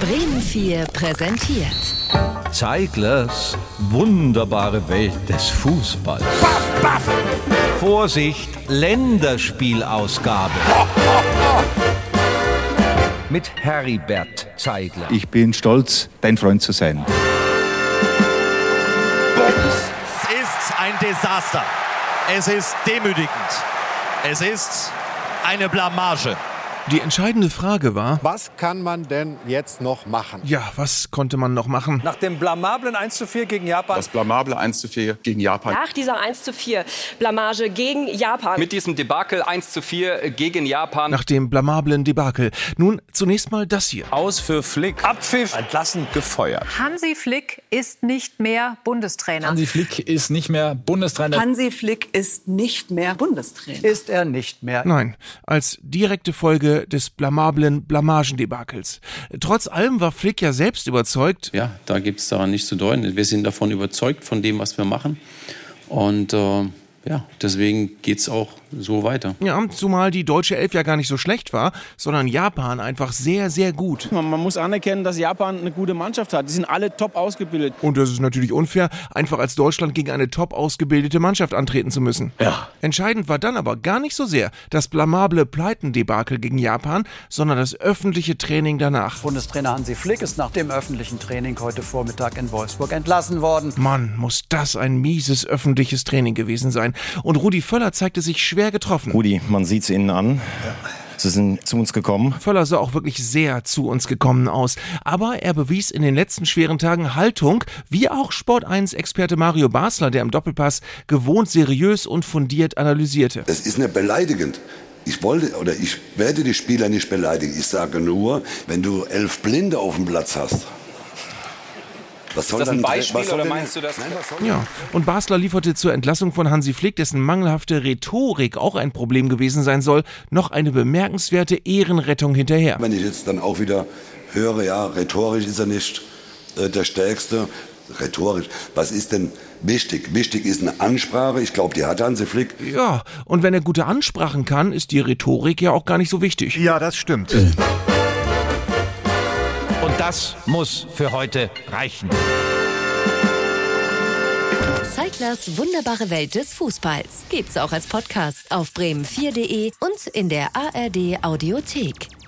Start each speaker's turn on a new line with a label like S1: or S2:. S1: Bremen 4 präsentiert.
S2: Zeiglers wunderbare Welt des Fußballs. Vorsicht, Länderspielausgabe. Mit Heribert Zeigler.
S3: Ich bin stolz, dein Freund zu sein.
S4: Es ist ein Desaster. Es ist demütigend. Es ist eine Blamage.
S5: Die entscheidende Frage war,
S6: Was kann man denn jetzt noch machen?
S5: ja, was konnte man noch machen?
S7: Nach dem blamablen 1 zu 4 gegen Japan.
S8: Das blamable 1 zu 4 gegen Japan.
S9: nach dieser 1 zu 4 Blamage gegen Japan.
S10: Mit diesem Debakel 1 zu 4 gegen Japan.
S5: Nach dem blamablen Debakel. Nun zunächst mal das hier.
S7: Aus für Flick. Abpfiff. Entlassen. Gefeuert.
S11: Hansi Flick ist nicht mehr Bundestrainer.
S8: Hansi Flick ist nicht mehr Bundestrainer.
S9: Hansi Flick ist nicht mehr Bundestrainer.
S7: Ist er nicht mehr.
S5: Nein, als direkte Folge des blamablen Blamagendebakels. Trotz allem war Flick ja selbst überzeugt,
S8: Ja, da gibt es daran nichts zu deuten. Wir sind davon überzeugt, von dem, was wir machen. Und äh, ja, deswegen geht es auch so weiter.
S5: ja, zumal die deutsche Elf ja gar nicht so schlecht war, sondern Japan einfach sehr, sehr gut.
S8: Man, muss anerkennen, dass Japan eine gute Mannschaft hat. Die sind alle top ausgebildet.
S5: Und das ist natürlich unfair, einfach als Deutschland gegen eine top ausgebildete Mannschaft antreten zu müssen. Ja. Entscheidend war dann aber gar nicht so sehr das blamable Pleitendebakel gegen Japan, sondern das öffentliche Training danach.
S7: Bundestrainer Hansi Flick ist nach dem öffentlichen Training heute Vormittag in Wolfsburg entlassen worden.
S5: Mann, muss das ein mieses öffentliches Training gewesen sein. Und Rudi Völler zeigte sich schwer getroffen.
S3: Rudi, man sieht's Ihnen an. Sie sind zu uns gekommen.
S5: Völler sah auch wirklich sehr zu uns gekommen aus. Aber er bewies in den letzten schweren Tagen Haltung, wie auch Sport 1 Experte Mario Basler, der im Doppelpass gewohnt seriös und fundiert analysierte.
S8: Das ist nicht beleidigend. Ich wollte oder ich werde die Spieler nicht beleidigen. Ich sage nur, wenn du elf Blinde auf dem Platz hast. Was soll
S10: Ist das ein
S8: denn-
S10: Beispiel
S8: was soll
S10: oder
S8: denn-
S10: meinst du das?
S8: Nein, was soll
S5: Ja, und Basler lieferte zur Entlassung von Hansi Flick, dessen mangelhafte Rhetorik auch ein Problem gewesen sein soll, noch eine bemerkenswerte Ehrenrettung hinterher.
S8: Wenn ich jetzt dann auch wieder höre, ja, rhetorisch ist er nicht äh, der Stärkste. Rhetorisch, was ist denn wichtig? Wichtig ist eine Ansprache. Ich glaube, die hat Hansi Flick.
S5: Ja, und wenn er gute Ansprachen kann, ist die Rhetorik ja auch gar nicht so wichtig.
S6: Ja, das stimmt.
S2: Und das muss für heute reichen.
S1: Zeiglers wunderbare Welt des Fußballs. Gibt's auch als Podcast auf bremen4.de und in der ARD Audiothek.